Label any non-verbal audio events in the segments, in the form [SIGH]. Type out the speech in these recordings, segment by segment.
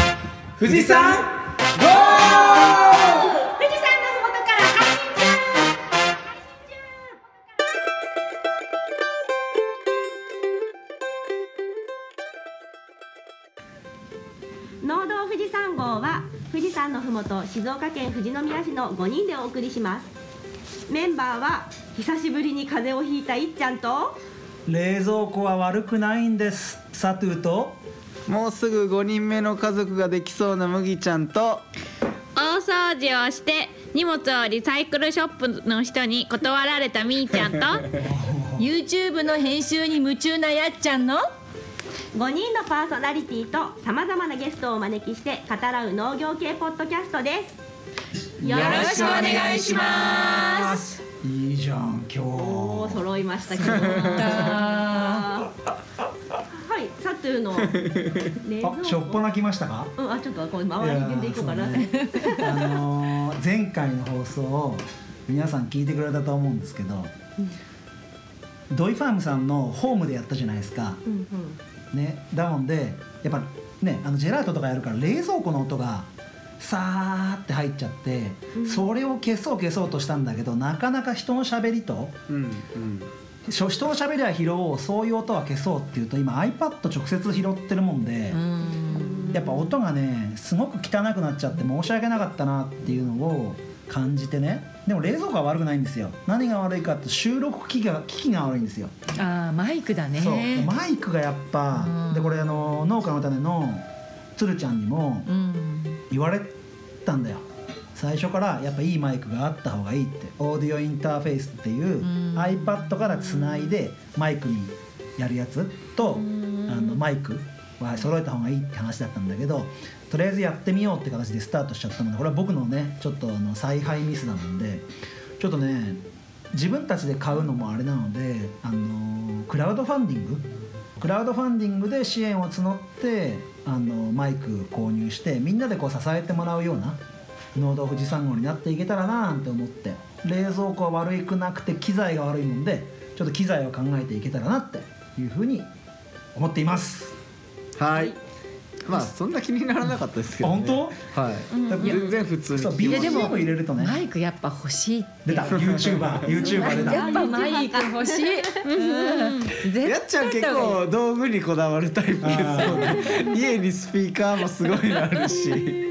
富士山ゴー富士山のふもとから発信中農道富士山号は富士山のふもと静岡県富士宮市の5人でお送りしますメンバーは久しぶりに風邪をひいたいっちゃんと冷蔵庫は悪くないんですサトゥーともうすぐ5人目の家族ができそうな麦ちゃんと大掃除をして荷物をリサイクルショップの人に断られたみーちゃんと YouTube の編集に夢中なやっちゃんの5人のパーソナリティとさまざまなゲストをお招きして語らう農業系ポッドキャストですよろしくお願いしますいいじゃん今おお日揃いましたけどはいサト [LAUGHS] ゥーの冷あしょっぱなきましたかうん、あちょっとこう周りでいこうかな、いやーそうねあのー前回の放送を皆さん聞いてくれたと思うんですけど、ドイファームさんのホームでやったじゃないですか、うんうんね、だもんでやっぱねあのジェラートとかやるから冷蔵庫の音がさーって入っちゃって、それを消そう消そうとしたんだけどなかなか人のしゃべりとうんうんしょ人のしゃべりは拾おうそういう音は消そうっていうと今 iPad 直接拾ってるもんで、やっぱ音がねすごく汚くなっちゃって申し訳なかったなっていうのを感じてねでも冷蔵庫は悪くないんですよ何が悪いかって収録機器が機器が悪いんですよああマイクだねそうでマイクがやっぱ、うんでこれあの農家の種のつるちゃんにもうん言われたんだよ最初からやっぱいいマイクがあった方がいいってオーディオインターフェースっていう、うん iPad からつないでマイクにやるやつと、あのマイクは揃えた方がいいって話だったんだけどとりあえずやってみようって形でスタートしちゃったのでこれは僕のねちょっとあの采配ミスなのでちょっとね自分たちで買うのもあれなのであのクラウドファンディングクラウドファンディングで支援を募ってあのマイク購入してみんなでこう支えてもらうような農道富士山号になっていけたらななんて思って冷蔵庫は悪くなくて機材が悪いもんでちょっと機材を考えていけたらなっていうふうに思っていますはいまあそんな気にならなかったですけど、ね、本当当はい、全然普通にそう聞きまし BGM 入れるとマイねクやっぱ欲しいって出た [LAUGHS] YouTuberYouTuber 出やたっぱマイク欲しい、うん、絶た対やっちゃん結構道具にこだわるタイプですよね家にスピーカーもすごいのある [LAUGHS] し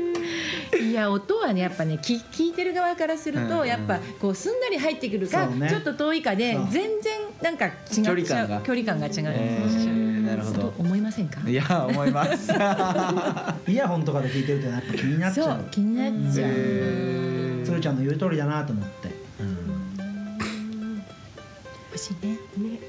いや音はねやっぱね聞聞いてる側からするうんうとんやっぱこうすんなり入ってくるか、そうねちょっと遠いかでそう全然なんか違っちゃ距離う感が距離感が違う、えーなるほどと思いませんかいや思い [LAUGHS] ます、イヤホンとかで聞いてるとやっぱ気になっちそゃうう気になっちゃう、え鶴ちゃんの言う通りだなと思ってうん欲しいね、ね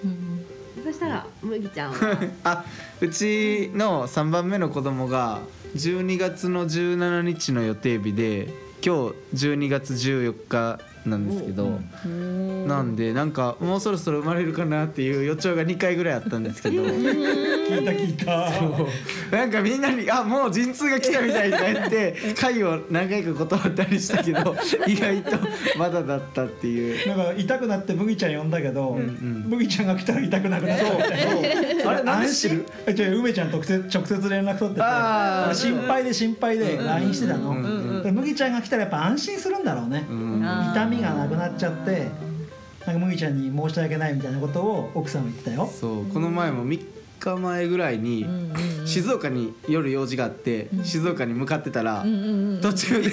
うん、そしたら麦ちゃんはあうちの3番目の子供が12月の17日の予定日で今日12月14日なんですけど、なんでなんかもうそろそろ生まれるかなっていう予兆が2回ぐらいあったんですけ [LAUGHS] ど聞いた聞いたなんかみんなに「あもう陣痛が来た」みたいになって会を何回か断ったりしたけど意外とまだだったっていう。なんか痛くなって麦ちゃん呼んだけど、んうん麦ちゃんが来たら痛くなくなっちゃってあれ何してるえじゃあ梅ちゃんと直接直接連絡取っててあー心配で心配で LINE してたの、うんうんで麦ちゃんが来たらやっぱ安心するんだろうね、うんあー痛みがなくなっちゃってなんか麦ちゃんに申し訳ないみたいなことを奥さんは言ってたよそうこの前も3日前ぐらいにんうんうん静岡に夜用事があって静岡に向かってたらうんうんうん途中で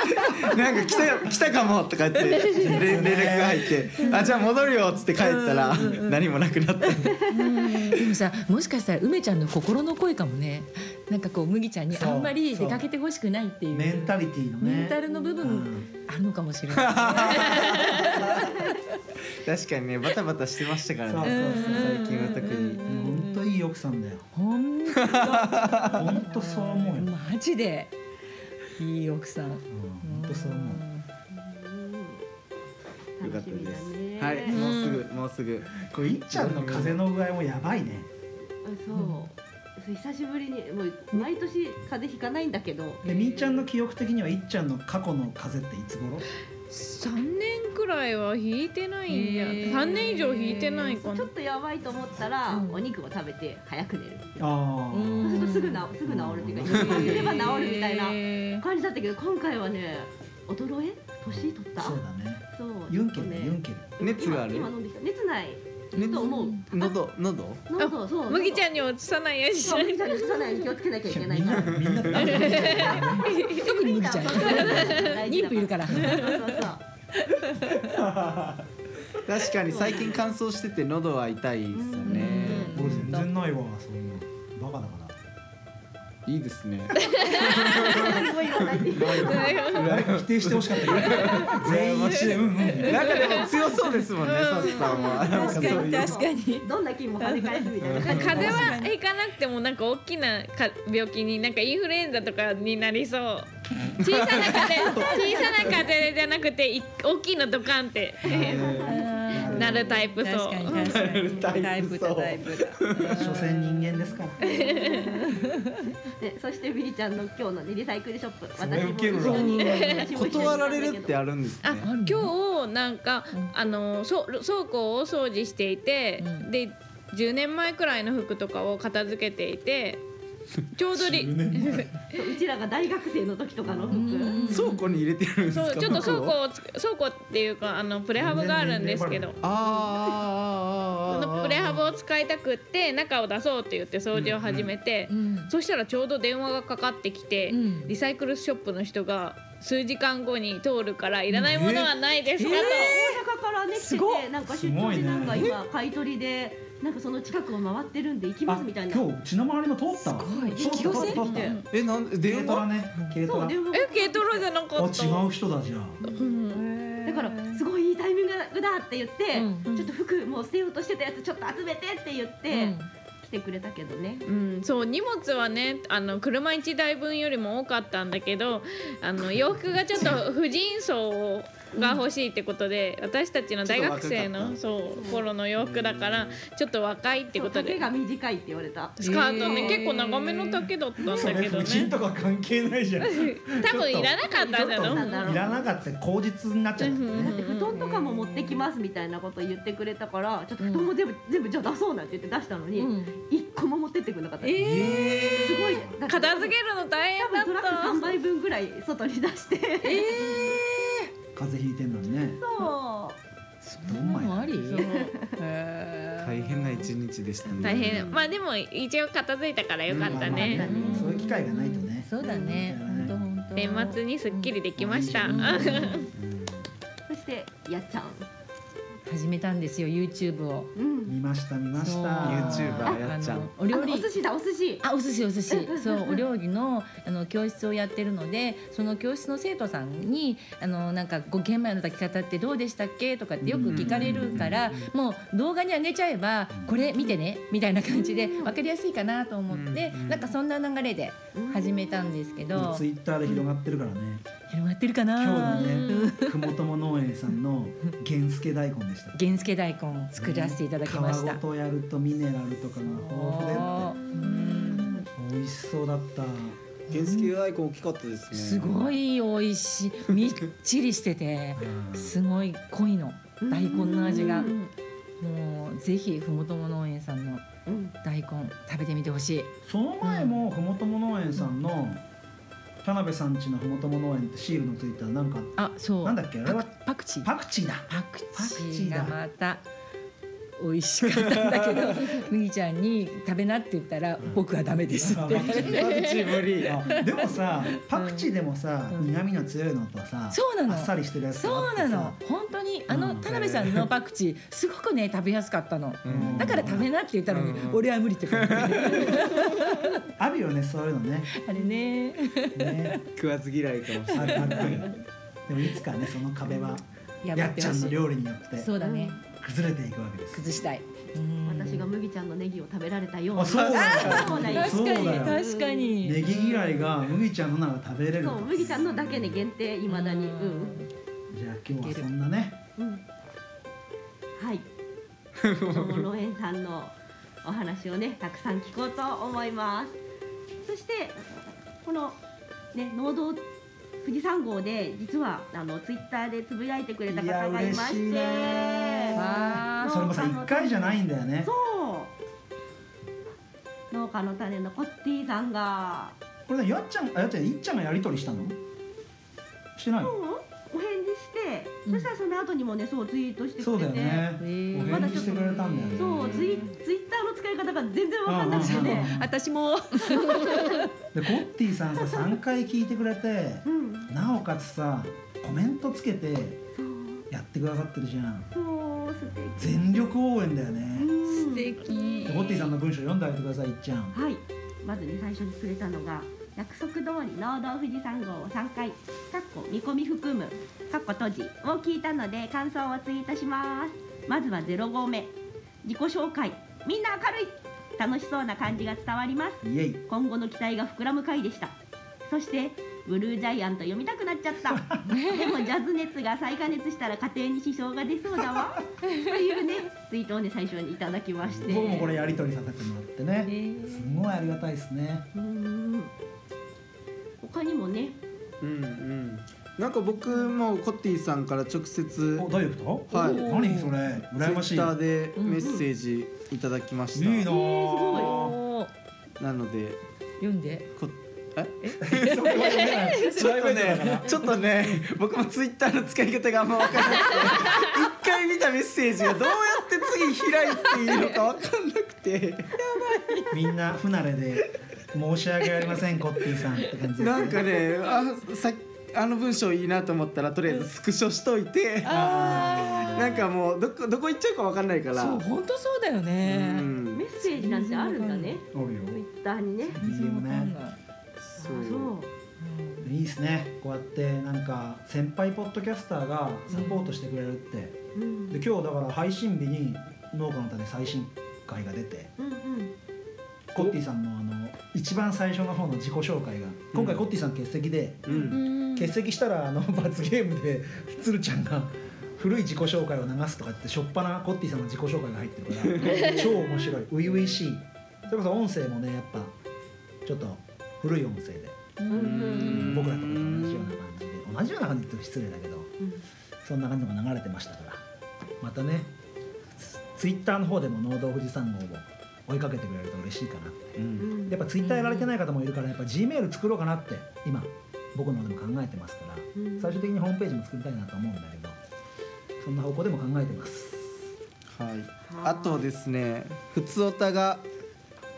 「なんか来たよ来たかも」とか言って連連絡が入って「あじゃあ戻るよ」っつって帰ったら何もなくなったでもさもしかしたら梅ちゃんの心の声かもねなんかこう麦ちゃんにそうあんまり出かけてほしくないっていうメンタリティのねメンタルの部分あるのかもしれない確かにねバタバタしてましたからそうそうねそう最近は特に本当いい奥さんだよほんと本当そう思うよ、うん、マジでいい奥さん本当そう思うよ楽かっしたみだですねはいもうすぐもうすぐこれいっちゃんの風邪の具合もやばいねそう久しぶりにもう毎年風邪ひかないんだけどでみーちゃんの記憶的にはいっちゃんの過去の風邪っていつ頃三年くらいは引いてないんへやー三年以上引いてないかちなょっとやばいと思ったら、うんお肉を食べて早く寝るあうんあそうするとすぐなすぐ治るっていうか余裕が出れば治るみたいなへー感じだったけど今回はね衰え年取ったそうだねそうユンケルねねユンケル熱がある今今飲んできた熱ないと思う喉喉喉そう麦ちんゃんに落ちさないようにしそなうい麦ちゃんにうつさないように気をつけなきゃいけないみんかならみんな大丈夫特に麦ちゃん妊婦いるからそうそうそう確かに最近乾燥してて喉は痛いですよね [LAUGHS] 俺全然ないわそんなバカだからいいですねすごい言わないで誰か否定してほしかったけど全員一致でうんうんなんかでも強そうですもんねサスさんはなんかそういう確かにどんな菌も跳ね返すみたいな感じ風邪はひかなくてもなんか大きなか病気になんかインフルエンザとかになりそう小さな風邪 [LAUGHS] 小さな風邪じゃなくてい大きいのドカンってなるタイプそう確かに確かにタイプそうタイプだタイプだ所詮人間ですからでそしてみりちゃんの今日のねリサイクルショップそれウケるわ私も一緒に断られるってあるんですあね今日なんか、あのそ倉庫をお掃除していて、うんで10年前くらいの服とかを片付けていてちょうどりそううちらが大学生の時とかの服うん倉庫に入れてるんですそかうちょっと倉僕を庫をつ倉庫っていうかあのプレハブがあるんですけどそあーあーあーあーあーのプレハブを使いたくって中を出そうって言って掃除を始めて、うんそしたらちょうど電話がかかってきて、うんリサイクルショップの人が数時間後に通るからいらないものはないですかと、大阪からね来ててなんか出張でなんか今買い取りでなんかその近くを回ってるんで行きまあすみたいな今日うちの周りも通ったわすごい通った引き寄せ通ったうんえなん軽電トラ話ね軽トそうラ電話え軽トラじゃなかったあ違う人だじゃあうんだからすごいいいタイミングだって言って、うんちょっと服もう捨てようとしてたやつちょっと集めてって言って、うん来てくれたけどねうん、そう荷物はねあの車1台分よりも多かったんだけどあ [LAUGHS] の洋服がちょっと婦人装が欲しいってことで、私たちの大学生のちそう頃の洋服だからちょっと若いってそこうと丈でが短いって言われたスカートね、へー結構長めの丈だったんだそれけどうちんねとか関係ないじゃん [LAUGHS] 多分いらなかったんだちょっとなろんだろういらなかった口実になっちゃったんだようんねうんで布団とかも持ってきますみたいなこと言ってくれたからちょっと布団も全部、全部じゃあ出そうなんて言って出したのに、うん一個も持ってってくれなかった、えすごいー、片付けるの大多変だ分トラック3っ杯分ぐらい外に出して、風邪ひいてんのにねそうどんまいもうなあり大大変な一日でしたねた大変まあでも一応片付いたからよかったうんまあね、まあそういう機会がないとねそうだね本当本当年末にすっきりできました、そしてやっちゃん、始めたんですよ YouTube をうん、見ました見ましたそう YouTuber やっちゃんあのお料あのお理寿司だお寿司あお寿司お寿司そうお料理のあの教室をやってるのでその教室の生徒さんにあのなんかご玄米の炊き方ってどうでしたっけとかってよく聞かれるからもう動画に上げちゃえばこれ見てねみたいな感じで分かりやすいかなと思ってうんなんかそんな流れで始めたんですけどツイッターで広がってるからね広まってるかな今日のね雲友農園さんの源助大根でした原付大根を作らせていただきました皮。ごとやるとミネラルとかが豊おーうん富で美味しそうだった原付大根大きかったですねすごい美味しいみっちりしててすごい濃いの大根の味がもうぜひふもとも農園さんのうん大根食べてみてほしいその前もふもとも農園さんの田辺さんちのふもとも農園ってシールのついたなんかあそうなんだっけあれはパクパクチーパクチーだパクパクチチーーだがまた美味しかったん [LAUGHS] だけど麦ちゃんに食べなって言ったら僕はダメですあっパクてチーパクチー無理あでもさパクチーでもさ、うん苦味の強いのとさそうなのあっさりしてるやつとそあっうてなさの本当にあのうん田辺さんのパクチーすごくね食べやすかったのうんだから食べなって言ったのにうん俺は無理ってこと [LAUGHS] ねあるよねそういうのねあれねね食わず嫌いかもしれあないるあるあ [LAUGHS] るでもいつかねその壁はやっちゃんの料理によってそうだね崩れていくわけです崩したいうん私が麦ちゃんのネギを食べられたようなあそうだよあそ確うかにだよ確かにネギ嫌いが麦ちゃんのなら食べれるそう麦ちゃんのだけね限定いまだにうん、じゃあ今日はそんなねうん、はい [LAUGHS] 桃農園さんのお話をねたくさん聞こうと思いますそしてこのね農道富士山号で実はあのツイッターでつぶやいてくれた方がいましいや嬉していねわ農ーそれもさ家の1回じゃないんだよねそう農家の種のコッティさんがこれねやっちゃんあやっちゃんいっちゃんがやり取りしたのしてないものうお返事して、うんそしたらその後にもねそうツイートしてくれてそうだよねえーお返事してくれたんだよねそうツイツイッターの使い方が全然わかんなくてね私もでゴッティさん [LAUGHS] さ3回聞いてくれてうんなおかつさコメントつけてそうやってくださってるじゃんそう素敵全力応援だよね素素敵でゴッティさんの文章読んであげてくださいいっちゃんはいまずね最初にくれたのが約束通り農道富士山号を3回かっこ見込み含むかっこ閉じを聞いたので感想をツイートしますまずは0号目自己紹介みんな明るい楽しそうな感じが伝わりますイエイ今後の期待が膨らむ回でしたそしてブルージャイアント読みたくなっちゃった [LAUGHS] でもジャズ熱が再加熱したら家庭に支障が出そうだわというねツイートをね最初にいただきまして僕もこれやり取りさせてもらってねーすごいありがたいですねうんうん他にもねうんうんなんか僕もコッティさんから直接おどういうことはい何それ羨ましいツイッターでメッセージいただきました、いいなごいあおーなので読んでこえそこは読めないちょっとプライベートだねか、ちょっとね、僕もツイッターの使い方があんま分 [LAUGHS] からなくて、一回見たメッセージがどうやって次開いていいのか分かんなくて、ら [LAUGHS] みんな不慣れで申し訳ありませんコッティさんって感じですなんかね、あさあの文章いいなと思ったらとりあえずスクショしといて、あなんかもうどこどこ行っちゃうか分かんないかーら。そう本当そうだようねメんッセージなんてあるんだねおるよツイッターにね全然わかんないそそうういいですねこうやってなんか先輩ポッドキャスターがサポートしてくれるって、うんで今日だから配信日に農家の種最新回が出てうんうんコッティさんのあの一番最初の方の自己紹介が今回コッティさん欠席で、うん欠席したらあの [LAUGHS] 罰ゲームでつるちゃんが古い自己紹介を流すとかってしょっぱなコッティさんの自己紹介が入ってるから [LAUGHS] 超面白い初々しいそれこそ音声もねやっぱちょっと古い音声でうんうん僕らとかと同じような感じで同じような感じって言うと失礼だけどうんそんな感じのが流れてましたからまたねツイッターの方でも農道富士山号を追いかけてくれると嬉しいかなってううんんやっぱツイッターやられてない方もいるからやっぱ G メール作ろうかなって今僕の方でも考えてますからうん最終的にホームページも作りたいなと思うんだけどそんな方向でも考えてますはい、あとですね「ふつおた」が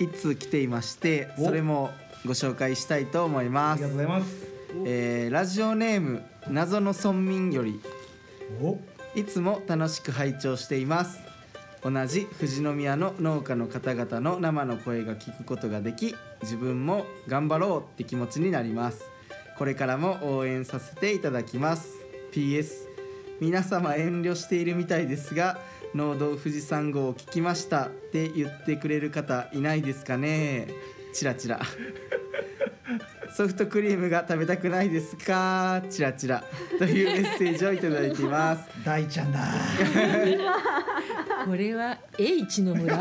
一通来ていましておそれもご紹介したいと思いあまりすがとうございますえーラジオネーム謎の村民よりおいつも楽しく拝聴しています同じ富士宮の農家の方々の生の声が聞くことができ自分も頑張ろうって気持ちになりますこれからも応援させていただきます PS 皆様遠慮しているみたいですが農道富士山号を聞きましたって言ってくれる方いないですかねチラチラソフトクリームが食べたくないですかチラチラというメッセージをいただいています大ちゃん [LAUGHS] だこれは H の村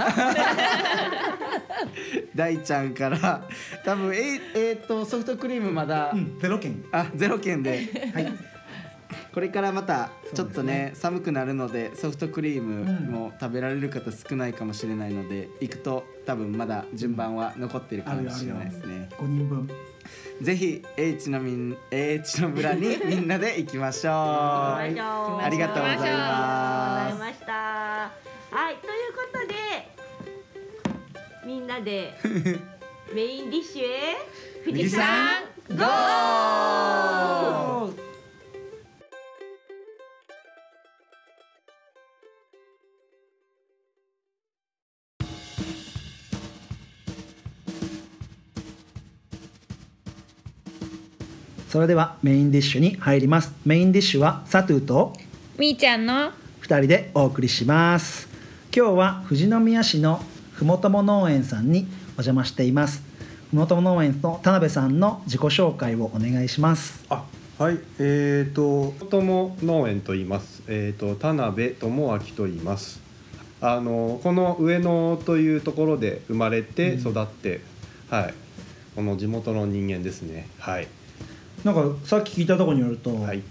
大ちゃんから多分えーえーっとソフトクリームまだ、うんゼロ件あゼロ件ではいこれからまたちそょうっですねとね寒くなるのでソフトクリームうんも食べられる方少ないかもしれないので、行くと多分まだ順番は残ってるかあるもよあしるれよないですね5人分ぜひ H のみん H の村にみんなで行き [LAUGHS] ましょう行きましょうありがとうございまあすりがとうございましたはいということでみんなでメインディッシュへ富士山富士山ゴーそれではメインディッシュに入りますメインディッシュはサトゥーとみーちゃんの2人でお送りします今日は富士宮市のふもとも農園さんにお邪魔していますふもとも農園の田辺さんの自己紹介をお願いしますあはいえー、と友農園と言いますえー、と田辺智明と言いますあのこの上野というところで生まれてうん育って、はいこの地元の人間ですねはいなんかさっき聞いたところによると、はい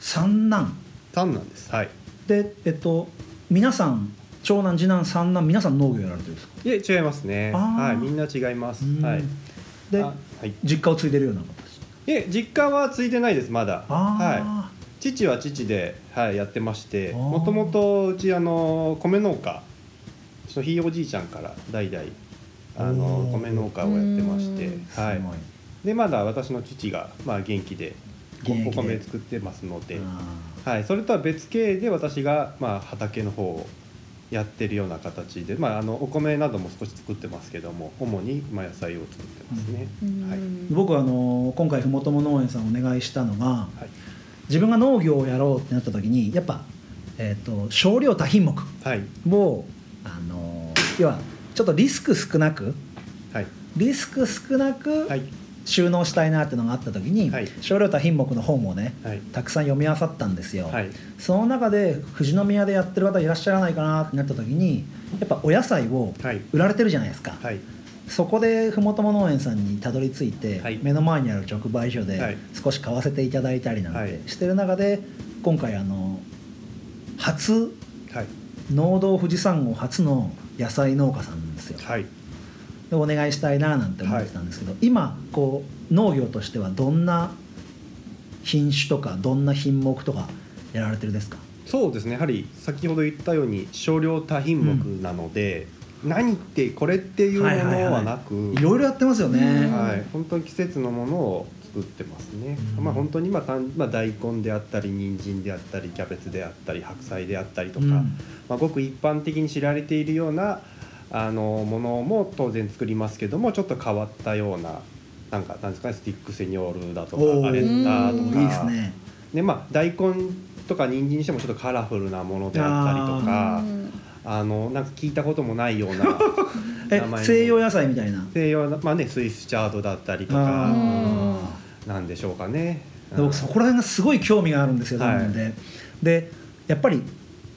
三男単なんですはいでえっと皆さん長男次男三男皆さん農業やられてるんですかいえ違いますねあーはいみんな違いますうんはいであはい実家を継いでるような形いえ実家はついてないですまだはあい父は父で、はい、やってましてあーもともとうちあの米農家うちのひいおじいちゃんから代々あのおー米農家をやってましてうんーはいすごいでまだ私の父が、まあ、元気でお現役おで米作ってますので、あはい、それとは別経営で私が、まあ、畑の方をやってるような形で、まあ、あのお米なども少し作ってますけども主に、まあ、野菜を作ってますね。はいー僕はあの今回ふもとも農園さんお願いしたのが、はい自分が農業をやろうってなった時にやっぱ、えっと少量多品目はいをあの要はちょっとリスク少なくはいリスク少なくはい収納したいなっていうのがあった時に、はい少量多品目の本をねはいたくさん読み漁ったんですよ、はいその中で富士宮でやってる方いらっしゃらないかなってなった時にやっぱお野菜をはい売られてるじゃないですか、はいそこでふもとも農園さんにたどり着いて、はい目の前にある直売所はでい少し買わせていただいたりなんはいてしてる中で今回あの初はい農道富士山号初の野菜農家さんなんですよはいでお願いしたいななんて思ってたんですけど、今こう農業としてはどんな品種とかどんな品目とかやられてるですかそうですねやはり先ほど言ったように少量多品目なので、何ってこれっていうものはなく、いろいろやってますよね、はい、本当に季節のものを作ってますね。うんまあ本当にまあ単まあ大根であったり人参であったりキャベツであったり白菜であったりとか、うんまあごく一般的に知られているようなあのものも当然作りますけどもちょっと変わったような。なんかなんですかねスティックセニョールだとかおーアレッタいとかいですねでまあ、大根とか人参にしてもちょっとカラフルなものであったりとかあのなんか聞いたこともないよ [LAUGHS] うなえ名前も西洋野菜みたいな西洋な、まあね、スイスチャードだったりとあかーなんでしょうかね。で僕そこら辺がすごい興味があるんですよ、はいなのででやっぱり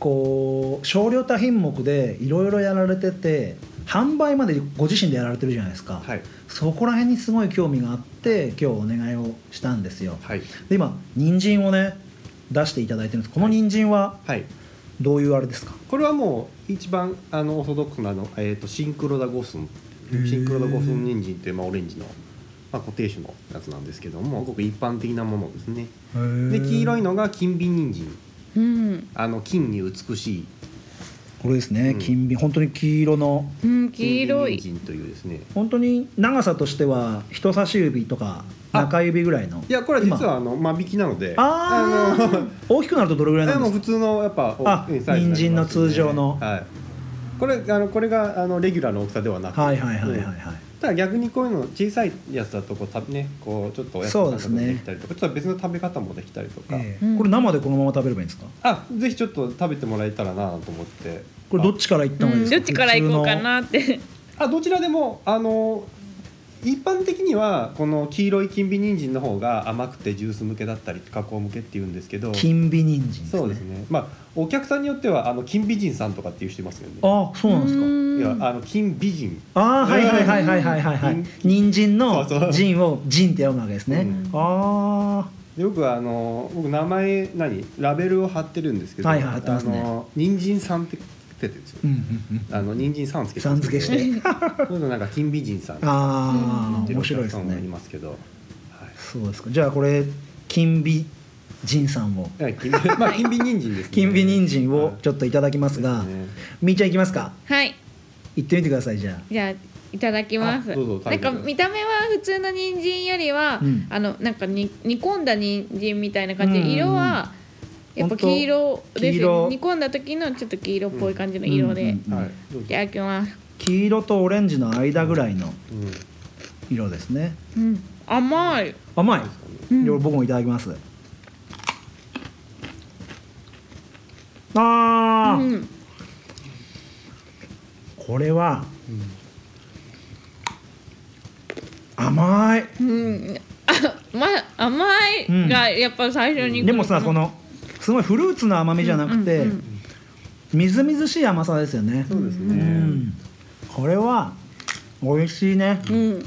こう少量多品目でいろいろやられてて販売までご自身でやられてるじゃないですか、はいそこら辺にすごい興味があって今日お願いをしたんですよはいで今人参をね出していただいてるんですこの人参ははいどういうあれですか、これはもう一番あのオーソドックスなあの、えー、とシンクロダゴスンシンクロダゴスン人参っていう、まあ、オレンジの、まあ、固定種のやつなんですけどもごく一般的なものですねで黄色いのが金瓶人参うんあの金に美しいこれですね、うん金瓶本当に黄色のうん黄色金い瓶人参というですね本当に長さとしては人差し指とか中指ぐらいのいやこれは実はあの間引きなのでああー大きくなるとどれぐらいのなでんでもすか普通のやっぱあ大きいサイズになりま人参のすね通常のはいこれあのこれがあのレギュラーの大きさではなくてはいはいはいはいはい、ただ逆にこういうの小さいやつだとこうたねこうちょっとおやつそうなんですかねもできたりとか、ちょっと別の食べ方もできたりとか、ええこれ生でこのまま食べればいいんですかあぜひちょっと食べてもらえたらなと思ってこれどっちからいった方がいいですか、どっちから行こうかなってあどちらでもあの一般的にはこの黄色い金美人参の方が甘くてジュース向けだったり加工向けっていうんですけど普通の金美人参ですねそうですねまあお客さんによってはあの金美人さんとかっていう人いますよねあそうなんですかいやあの金美人あーはいはいはいはいはいはいはい人参のそうそう人を人って読むわけですね、うんあよくあの僕名前何ラベルを貼ってるんですけど、はいはい貼ってますねあの人参さんってつけてるんですよあ、う、んうんうんあの人参さんつけてさん付けして [LAUGHS] そういうのなんか金美人さんってああいうお面白い客でさすんもいねますけど、はいそうですかじゃあこれ金美人さんをいや金美 [LAUGHS] まあ金美人参ですね [LAUGHS] 金美人参はをいちょっといただきますが、ねみーちゃんいきますかはい行ってみてくださいじゃあじゃあいただきますあどうぞ食なべんてくだかさい見た目は普通の人参よりは、うんあのなんかに煮込んだ人参みたいな感じうんで色はやっぱほんと黄色です黄色よね煮込んだ時のちょっと黄色っぽい感じの色うんうでんうんはいどういぞただきます黄色とオレンジの間ぐらいのうんど色うですですねうん甘い甘いかねうん僕もいただきます、あー、うんこれは、甘いうんあま甘いがやっぱ最初に来るでもさこのすごいフルーツの甘みじゃなくて、うんうんみずみずしい甘さですよねそうですうね、んこれは美味しいねうんやっ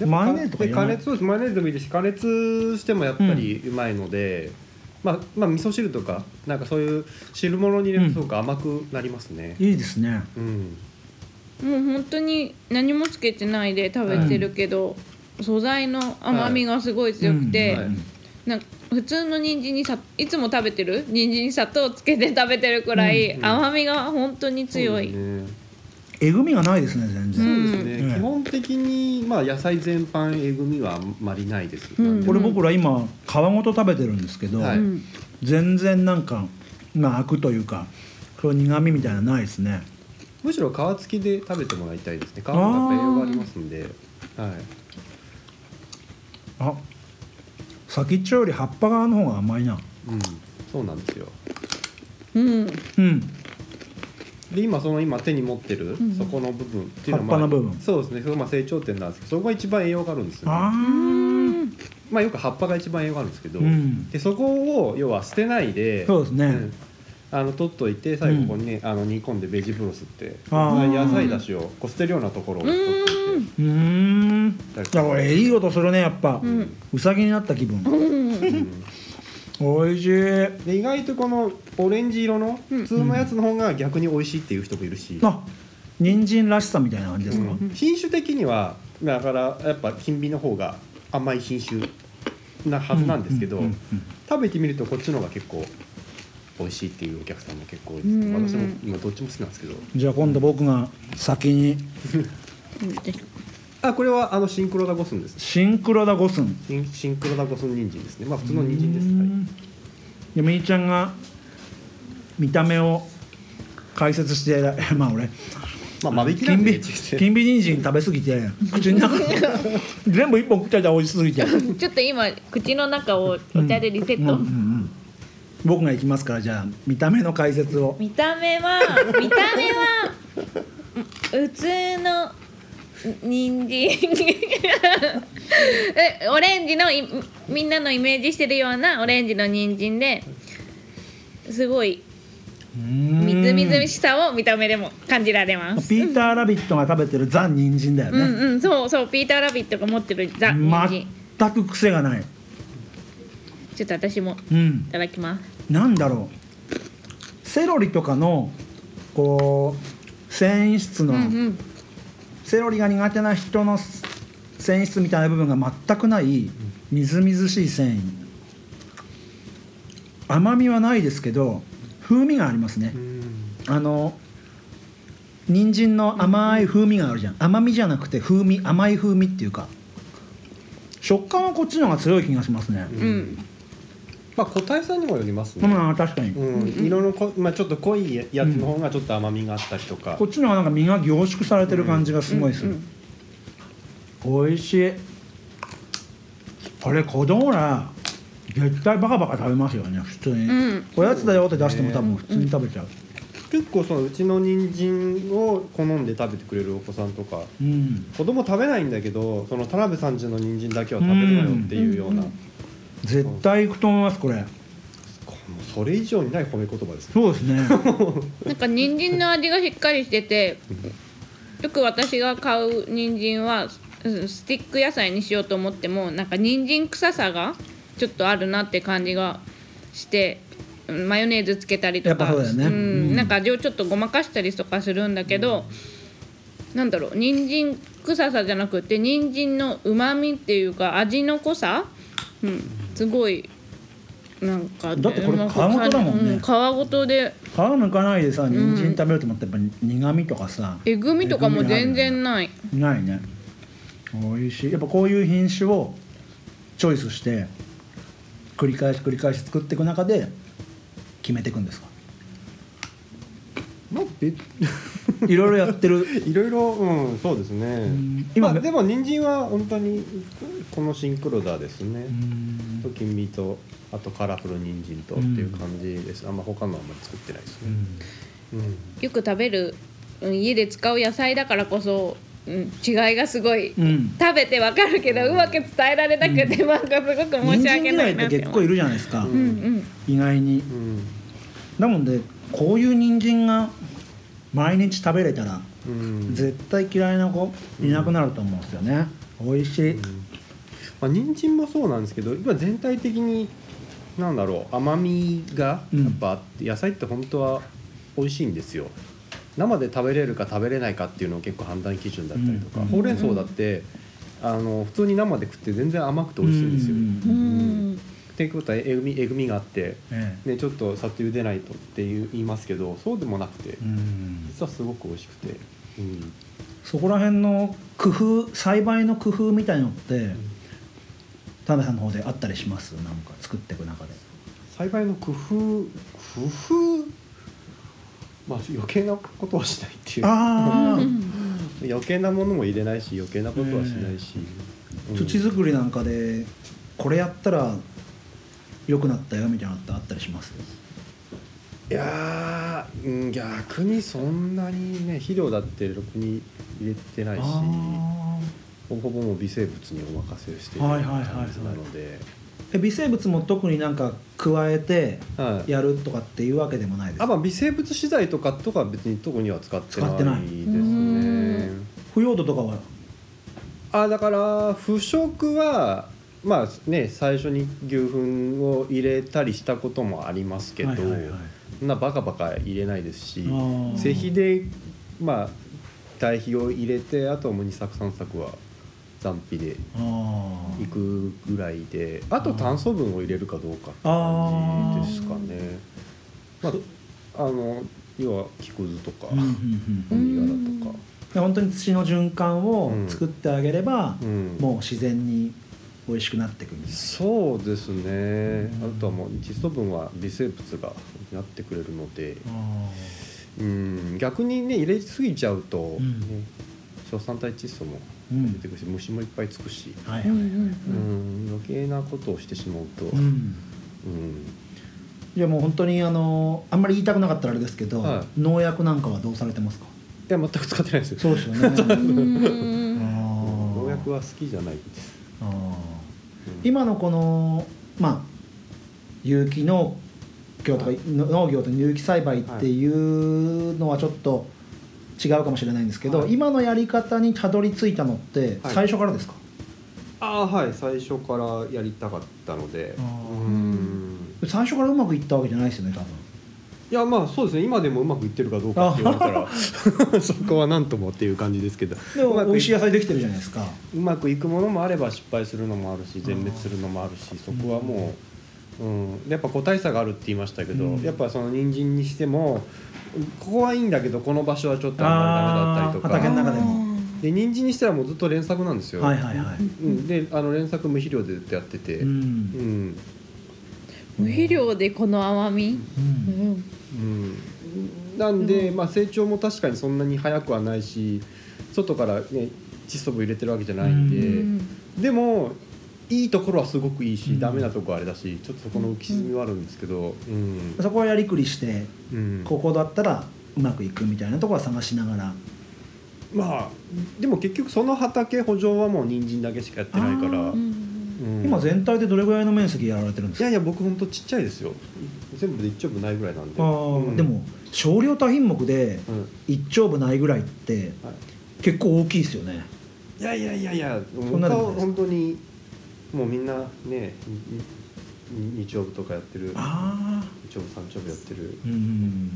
ぱマヨネーズとかいらない加熱そうですマヨネーズでもいいですし加熱してもやっぱりうまいので、まあまあ味噌汁とかなんかそういう汁物に入れるとすごく甘くなりますね。いいですねうん。もう本当に何もつけてないで食べてるけど、素材の甘みがすごい強くて、はいなんか普通の人参にさいつも食べてる人参に砂糖つけて食べてるくらいうん甘みが本当に強い、そうですね。えぐみがないですね全う然、んそうですねうん基本的にまあ野菜全般えぐみはあんまりないです。うんこれ僕ら今皮ごと食べてるんですけど、はいうん全然なんかまあアクというかそういう苦味みたいなのないですねむしろ皮付きで食べてもらいたいですね。皮もやっぱ栄養がありますんで。はい。あ先っちょより葉っぱ側の方が甘いなうん。そうなんですよ。うんうんで今その今手に持ってるそこの部分っていうのは、まあ、葉っぱの部分そうですねそこまあ成長点なんですけどそこが一番栄養があるんですよ、あね、ーまあよく葉っぱが一番栄養があるんですけど、うんでそこを要は捨てないでそうですねんあの取っといて最後ここにね、あの煮込んでベジブロスってあー野菜だしをこう捨てるようなところを取っというてーんいやこれいい音するねやっぱ、うさぎになった気分、美味しいで意外とこのオレンジ色の普通のやつの方が逆に美味しいっていう人もいるし、あ人参らしさみたいな感じですか、うん品種的にはだからやっぱ金美の方が甘い品種なはずなんですけど、うんうんうん食べてみるとこっちの方が結構美味しいっていうお客さんも結構多いです、うんうんうん私も今どっちも好きなんですけどじゃあ今度僕が先にあこれはあのシンクロダゴスンですシンクロダゴスンシンシンクロダゴスン人参ですねまあ普通の人参ですでみーちゃんが見た目を解説して [LAUGHS] まあ俺はいまあ間引きな金んで美金美人参食べ過ぎて口の中全部一本食っちゃったら美味しすぎてちょっと今口の中をお茶でリセット、うんうんうん僕が行きますからじゃあ見た目の解説を見た目 [LAUGHS] は見た目はう普通の人参 [LAUGHS] えオレンジのいみんなのイメージしてるようなオレンジの人参ですごいみずみずみしさを見た目でも感じられます。ピーター・ラビットが食べてるザ・人参だようんね、うんそうそうピーターラビットが持ってるザ人参全く癖がないちょっと私もうんいただきます。なんだろうセロリとかのこう繊維質の、うんうんセロリが苦手な人の繊維質みたいな部分が全くないみずみずしい繊維甘みはないですけど風味がありますねあの人参の甘い風味があるじゃん甘みじゃなくて風味甘い風味っていうか食感はこっちの方が強い気がしますねうんまあ個体差にもよりますうね、ん、確かに、うん色のこ、まあ、ちょっと濃いやつの方がちょっと甘みがあったりとか、こっちの方がなんか身が凝縮されてる感じがすごいする、美味しいこれ子供ら絶対バカバカ食べますよね普通に、うんおやつだよって出しても多分普通に食べちゃう、結構そのうちの人参を好んで食べてくれるお子さんとかうん、子供食べないんだけどその田辺さんちの人参だけは食べるなよっていうような、も絶対行くと思いますこれうそれ以上にない褒め言葉ですねそうですねなんか人参の味がしっかりしててよく私が買う人参はうんスティック野菜にしようと思ってもなんか人参臭さがちょっとあるなって感じがしてうんマヨネーズつけたりとかやっぱそうだよねんうんなんか味をちょっとごまかしたりとかするんだけど、なんだろう人参臭さじゃなくて人参のうまみっていうか味の濃さ、うん、すごいなんかだってこれうまく皮ごとだもんねう皮ごとで。皮むかないでさ人参食べると思ったらやっぱ苦味とかさえぐみとかも全然ない。ないね美味しいやっぱこういう品種をチョイスして繰り返し繰り返し作っていく中で決めていくんですかまあ別 [LAUGHS] いろいろやってるいろいろうんそうですね今まあ、でも人参は本当にこのシンクロダですねと金味とあとカラフル人参とっていう感じですあんま他のはあんまり作ってないですね、うんよく食べる、うん、家で使う野菜だからこそ、うん、違いがすごい、うん食べてわかるけどうまく伝えられなくて、なんかすごく申し人参訳嫌ないいなっってて結思構う。いるじゃないですか、うんうん意外にうんなのでこういう人参が毎日食べれたらうん絶対嫌いな子いなくなると思うんですよね、美味しい、まあ、人参もそうなんですけど今全体的になんだろう甘みがうんやっぱあって、野菜って本当は美味しいんですよ生で食べれるか食べれないかっていうのを結構判断基準だったりとか、うんほうれん草だって、あの普通に生で食って全然甘くて美味しいんですよ、ううんんっていうことはえぐみえぐみがあって、ええね、ちょっと砂糖茹でないとっていう言いますけどそうでもなくてうん実はすごく美味しくて、うんそこら辺の工夫栽培の工夫みたいのって田辺さんの方であったりしますなんか作っていく中で栽培の工夫工夫まあ余計なことはしないっていうああ余計なものも入れないし余計なことはしないし、うん土作りなんかでこれやったら良くなったよみたいなのってあったりしますいやーうん逆にそんなにね肥料だってろくに入れてないしあほぼほぼもう微生物にお任せしているはいはいはいはい感じなので、ーえ微生物も特になんか加えてはいやるとかっていうわけでもないですあまあ微生物資材とかとかは別に特には使ってない使ってないですうね腐葉土とかはあだから腐食はまあね最初に牛糞を入れたりしたこともありますけど、はいはいはいそんなバカバカ入れないですしあー施肥でまあ堆肥を入れてあとはもう二作三作は残肥であいくぐらいであと炭素分を入れるかどうかってあ感ーじですかね。まあ、あの要は木くずとかあ、うんうんうんもみ殻とか、で本当に土の循環を作ってあげれば、うん、もう自然に美味しくなってくるんですそうですねうんあとはもう窒素分は微生物がなってくれるのであうん逆にね入れすぎちゃうと、んね硝酸体窒素もーう出んてくるし虫もいっぱいつくし、はいはいはい、うん、余計なことをしてしまうと、ううんん、いやもう本当にあのあんまり言いたくなかったらあれですけど、は農薬なんかはどうされてますかいや全く使ってないですよそうですよ [LAUGHS] ねうん農農薬は好きじゃないです、うん今のこのまあ有機農業とか、はい農業と有機栽培っていうのはちょっと違うかもしれないんですけど、はい今のやり方にたどり着いたのってはい最初からですか、ああはい最初からやりたかったのであーうん最初からうまくいったわけじゃないですよね多分いやまあそうですね今でもうまくいってるかどうかって言われたら [LAUGHS] そこは何ともっていう感じですけどでうまもく美味しい野菜できてるじゃないですかうまくいくものもあれば失敗するのもあるし全滅するのもあるしそこはもう、うん、やっぱ個体差があるって言いましたけど、うんやっぱその人参にしてもここはいいんだけどこの場所はちょっとあんまりダメだったり畑とのか中でもで人参にしたらもうずっと連作なんですよ、はいはいはい、うん、であの連作無肥料でずっとやってて、ううんうんん無肥料でこの甘み、うんなんで、まあ、成長も確かにそんなに早くはないし外から、ね、窒素分入れてるわけじゃないんで。うでもいいところはすごくいいし、うんダメなところはあれだしちょっとそこの浮き沈みはあるんですけど、うんそこはやりくりしてうんここだったらうまくいくみたいなところは探しながらまあでも結局その畑補助はもう人参だけしかやってないから、あーうん今全体でどれぐらいの面積やられてるんでいすかやいや僕ほんとちっちゃいですよ全部で1丁分ないぐらいなんであーうんでも少量多品目でうん一丁分ないぐらいってはい結構大きいですよねいやいやいやいやそんなでもな他いは本当にもうみんなね2丁分とかやってる2ああ丁分3丁分やってるうん、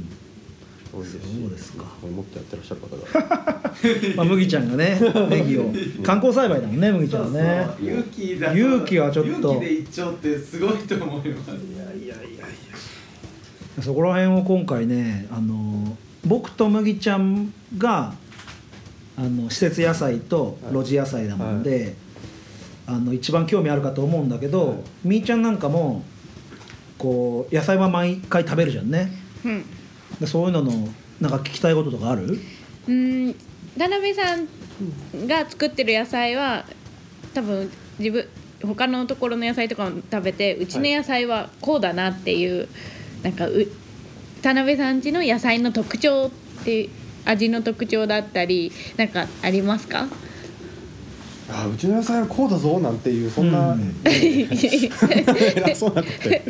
多いですしそうですかこれもっとやってらっしゃる方が [LAUGHS] まあ、麦ちゃんがねネギを観光栽培だもんね麦ちゃんはねそうそう勇気だと勇気はちょっと勇気で一丁ってすごいと思いますいやいやいやいやそこら辺を今回ねあの僕と麦ちゃんがあの施設野菜とはい路地野菜だもんで、あの一番興味あるかと思うんだけど、はいみーちゃんなんかもこう野菜は毎回食べるじゃんねうんでそういうののなんか聞きたいこととかあるうん田辺さんが作ってる野菜は多分自分他のところの野菜とかも食べてうちの野菜はこうだなっていう、なんかう田辺さん家の野菜の特徴って味の特徴だったりなんかありますかあうちの野菜はこうだぞなんていうそんな、うん [LAUGHS] 偉そうなことで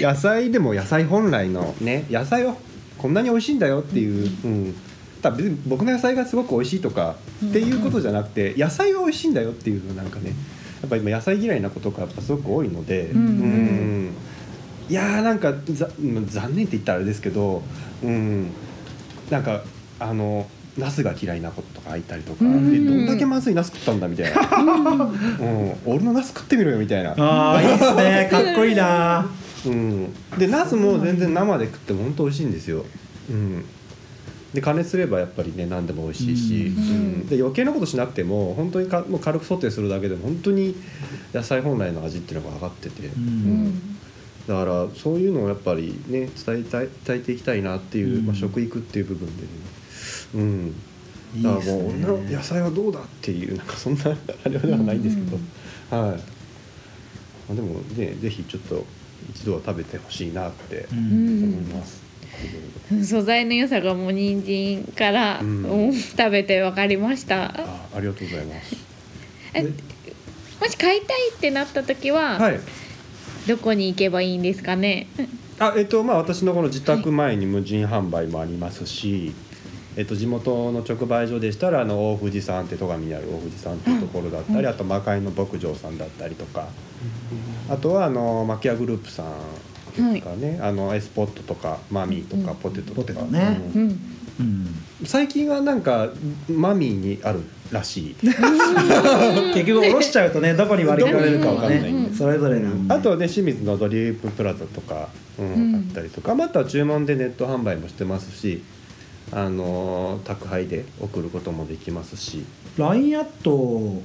野菜でも野菜本来のね野菜はこんなに美味しいんだよっていう、うんただ別に僕の野菜がすごく美味しいとかっていうことじゃなくて野菜が美味しいんだよっていうなんかねやっぱ今野菜嫌いなことがやっぱすごく多いので、んうんうんいやーなんかざ残念って言ったらあれですけど、うん、なんかあのナスが嫌いなこととかいたりとうか、んえどんだけまずいナス食ったんだみた [LAUGHS] いな、うん、俺のナス食ってみろよみたいな。ああいいっす [LAUGHS] ねかっこいいなうん、でナスも全然生で食っても本当美味しいんですよ、うん、で加熱すればやっぱりね何でも美味しいし、うんうんで余計なことしなくても本当にかもう軽くソテーするだけでも本当に野菜本来の味っていうのが上がってて、うんだからそういうのをやっぱりね伝えたい伝えていきたいなっていう、うんまあ、食育っていう部分で、うんいだいっからすもう女のね野菜はどうだっていうなんかそんなあれではないんですけど、はい、まあ、でもねぜひちょっと一度は食べてほしいなってううん思いんます、素材の良さがもう人参から、うんうん食べて分かりましたあありがとうございますえもし買いたいってなった時は、はいどこに行けばいいんですかねあえっとまあ私のこの自宅前に無人販売もありますし、えっと、地元の直売所でしたらあの大藤さんって戸上にある大藤さんっていうところだったり、あと魔界の牧場さんだったりとか、あとはあのマキアグループさんですかね、あのエスポットとかマミーとかポテトとか、ポテトねううんんうん最近はなんかマミーにあるらしい結局下ろしちゃうとねどこに割り振られるかどはこに割り振られるかわかんないんねでそれぞれなんであとはね清水のドリームプラザとか、うんうんあったりとかまた注文でネット販売もしてますし、あのー宅配で送ることもできますし、 LINE アットうん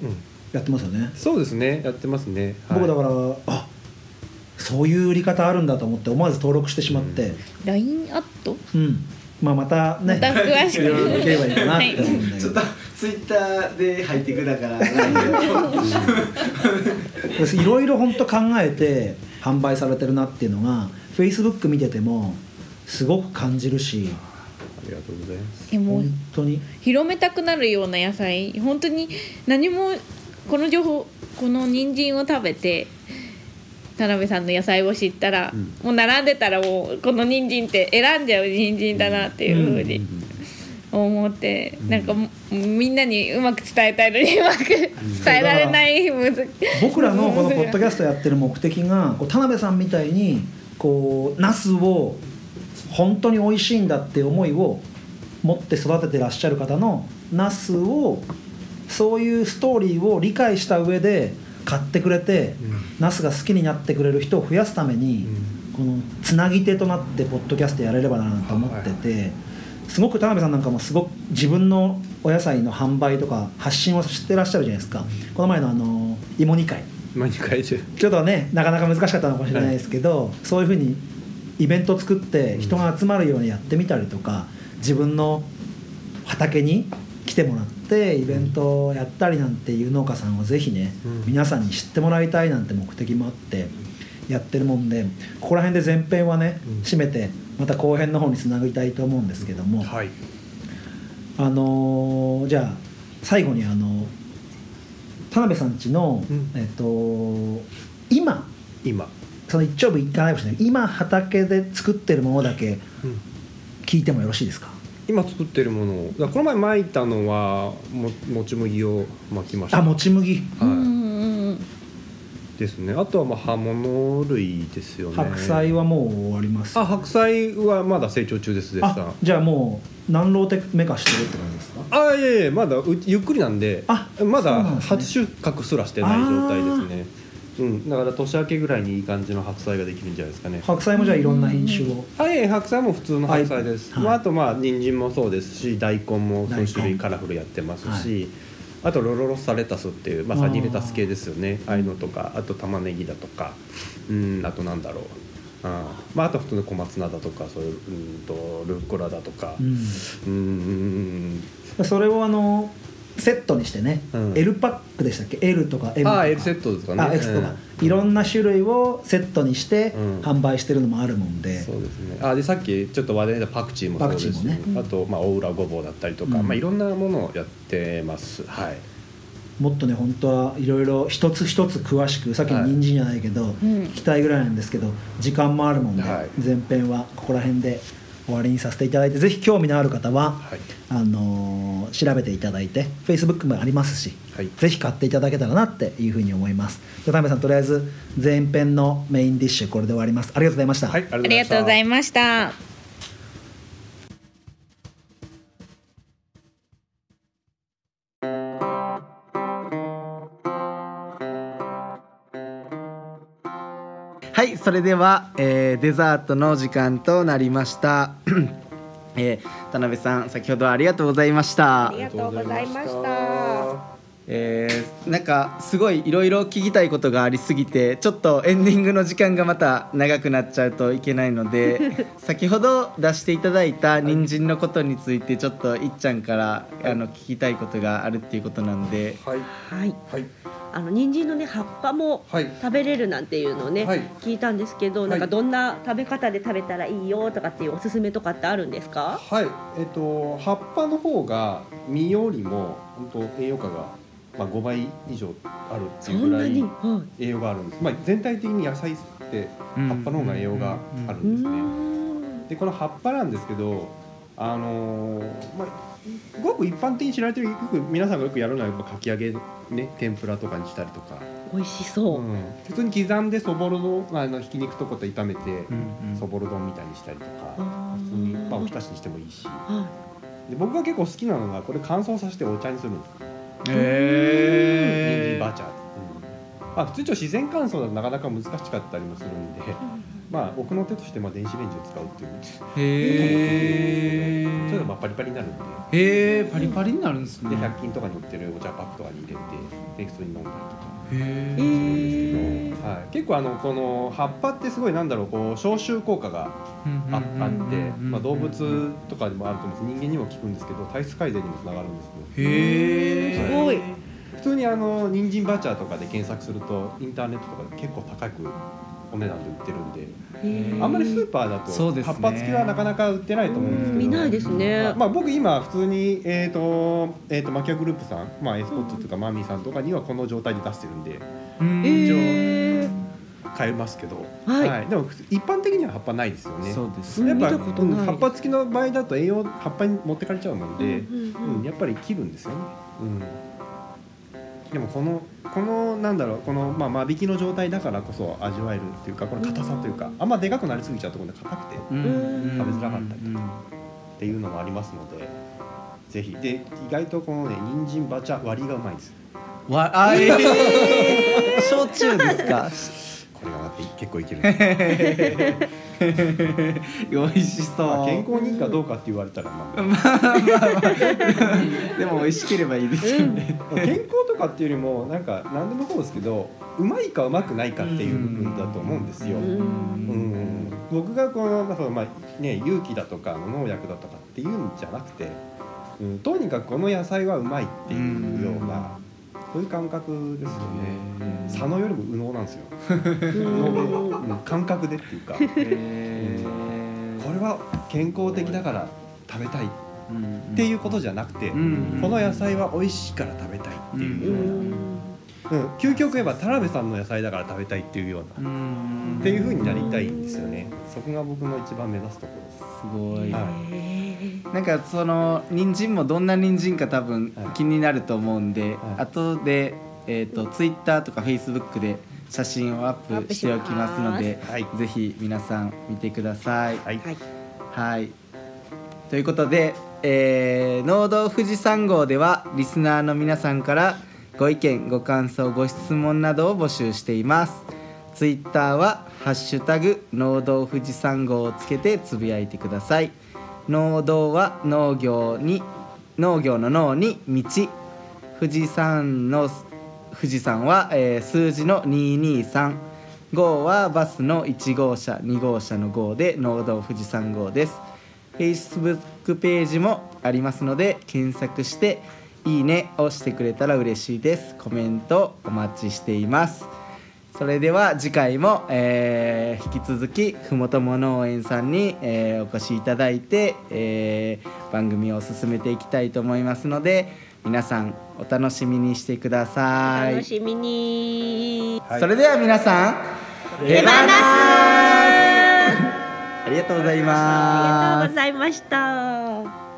やってますよねそうですねやってますね、はい僕だからあそういう売り方あるんだと思って思わず登録してしまってラインアットうんまあまたねまた詳しいろいろできればいいくかなって思うんだけちょっどとツイッターでハイテクだ [LAUGHS] からない私いろいろ本当考えて販売されてるなっていうのが Facebook 見ててもすごく感じるしありがとうございますえもう本当に広めたくなるような野菜本当に何もこの情報この人参を食べて田辺さんの野菜を知ったら、うんもう並んでたらもうこの人参って選んじゃう人参だなっていうふうに思って、うんなんかもみんなにうまく伝えたいのにうまく伝えられない難しい僕らのこのポッドキャストやってる目的がこう田辺さんみたいにこうナスを本当に美味しいんだって思いを持って育ててらっしゃる方のナスをそういうストーリーを理解した上で買ってくれてナスが好きになってくれる人を増やすために、このつなぎ手となってポッドキャストやれればなと思っててすごく田辺さんなんかもすごく自分のお野菜の販売とか発信をしてらっしゃるじゃないですかこの前のあの芋煮会毎回でちょっとねなかなか難しかったのかもしれないですけど、そういうふうにイベントを作って人が集まるようにやってみたりとか自分の畑に来てもらってイベントをやったりなんていう農家さんをぜひね、うん皆さんに知ってもらいたいなんて目的もあってやってるもんでここら辺で前編はねうん締めてまた後編の方につなぎたいと思うんですけども、はいあのーじゃあ最後にあの田辺さんちの、うんえっと今今、その一丁部いかないかもしれない今畑で作ってるものだけうん聞いてもよろしいですか今作ってるものをだからこの前巻いたのはももち麦を巻きましたあもち麦うんはうんうんい、ですねあとはまあ葉物類ですよね白菜はもう終わりますあ白菜はまだ成長中ですであさんじゃあもう何老てめかしてるって感じですかあいやいやまだうゆっくりなんであそまうだなんですね初収穫すらしてない状態ですねうんだから年明けぐらいにいい感じの白菜ができるんじゃないですかね白菜もじゃあいろんな品種をあいえ白菜も普通の白菜です、はいまあ、あとまあ人参もそうですし大根も大根数種類カラフルやってますし、あとロロロッサレタスっていう、まあ、あーサニーレタス系ですよねああいうのとかあと玉ねぎだとかうんあとなんだろうあまあ、あと普通の小松菜だとかそういううんとルッコラだとかうんうんうんそれをあのセットにしてね、うん L パックでしたっけ L とかう M んとかああ L セットですかねあエクストが、うんいろんな種類をセットにしてうん販売してるのもあるもんで、そうですね。あでさっきちょっと話題に出たパクチーもそうですパし、クチーあとまあオウラごぼうだったりとか、うんまあいろんなものをやってます。はい。もっとね本当はいろいろ一つ一つ詳しくさっきの人参じゃないけど、うん聞きたいぐらいなんですけど時間もあるもんで、はい前編はここら辺で終わりにさせていただいてぜひ興味のある方は、はいあのー調べていただいて Facebook もありますし、はいぜひ買っていただけたらなっていうふうに思いますじゃあ田辺さんとりあえず前編のメインディッシュこれで終わりますありがとうございました、はい、あありがとうございまました。はいそれでは、えーデザートの時間となりました、えー田辺さん先ほどはありがとうございましたありがとうございました。えーなんかすごいいろいろ聞きたいことがありすぎてちょっとエンディングの時間がまた長くなっちゃうといけない [LAUGHS] ので先ほど出していただいた人参のことについてちょっといっちゃんからあの聞きたいことがあるっていうことなんでしたはいはい、はいあの人参のね葉っぱもはい食べれるなんていうのをね、はい聞いたんですけど、いなんかどんな食べ方で食べたらいいよとかっていうおすすめとかってあるんですか？はいえっ、と葉っぱの方が実よりも本当栄養価がまあ5倍以上あるっそていうぐんらなに、いは栄養があるんです、まあ、全体的に野菜ってうん葉っぱの方が栄養があるい。うんですね、ん。でこの葉っぱなんですけどあのーまあごく一般的に知られてるよく皆さんがよくやるのはやっぱかき揚げね天ぷらとかにしたりとか、美味しそう。うん普通に刻んでそぼろ丼あのひき肉とこと炒めてうんうんそぼろ丼みたいにしたりとか、あー普通に、まあ、おひたしにしてもいいしはで僕が結構好きなのがこれ乾燥させてお茶にするんですよへニンジンーバチャ、うんまあ、普通ちょっと自然乾燥だとなかなか難しかったりもするんで、まあ奥の手としてまあ電子レンジを使うっていうへーそういうのまあパリパリになるんで。へえパリパリになるんですでね100均とかに売ってるお茶パックとかに入れて適当に飲んだりとかへい。えーー、はい、結構あのこの葉っぱってすごいなんだろうこう消臭効果がああって、まあ、動物とかでもあると思うんです人間にも効くんですけど体質改善にもつながるんですけどへーすごい普通にあの人参バチャーとかで検索するとインターネットとかで結構高くお値段で売ってるんでえあんまりスーパーだとそうです葉ねっぱ付きはなかなか売ってないと思うんですけど見ないですね。まあ、僕今普通に、えーとえー、とマキアグループさん、まあ、エスポッツとかマミーさんとかにはこの状態で出してるんでうんえー、買えますけど、はいでも普通一般的には葉っぱないですよねそうですやねっぱ見たことないうん葉っぱ付きの場合だと栄養葉っぱに持ってかれちゃうもんで、うんううんうんんやっぱり切るんですよね、うん、でもこのこのなんだろうこの、まあ、間引きの状態だからこそ味わえるっていうかこの硬さというかあんまでかくなりすぎちゃうところで硬くて食べうん食べづらかったりとっていうのもありますのでぜひで意外とこのね人参バチャ割りがうまいんですよわあえー、焼酎ですかこれがまた結構いけるんですよ美味しまそ [LAUGHS] あう健康にいいかどうかって言われたらまあでも美味しければいいですよね、健康とかっていうよりもなんか何でもそうですけどうまいかうまくないかっていう部分だと思うんですよ、うんうん僕がこの、まあそのまあね、勇気だとか農薬だとかっていうんじゃなくて、うん、とにかくこの野菜はうまいっていうような、そういう感覚ですよね佐野よりも右脳なんですようんうん感覚でっていうかこへーれは健康的だから食べたいっうんていうことじゃなくて、うんこの野菜は美味しいから食べたいっていうような、うん究極言えば田辺さんの野菜だから食べたいっていうような、うんっていう風になりたいんですよねそこが僕の一番目指すところです、すごい、はなんかその人参もどんな人参か多分はい気になると思うんで、はい後でえっ、とツイッターとかフェイスブックで写真をアアッッププししておますきますので、はいぜひ皆さん見てください。はいはい。はい。ということで、えー、農道富士山号ではリスナーの皆さんからご意見、ご感想、ご質問などを募集しています。ツイッターはハッシュタグ農道富士山号をつけてつぶやいてください。農道は農業に農業の農に道、富士山の富士山は、えー数字の223。号はバスの1号車2号車の号で農道富士山号です Facebook ページもありますので検索していいねをしてくれたら嬉しいですコメントお待ちしていますそれでは次回も、えー引き続きふもとも農園さんに、えーお越しいただいて、えー番組を進めていきたいと思いますので皆さんお楽しみにしてください楽しみに。はいそれでは皆さん、レバナスありがとうございました。ありがとうございますございました。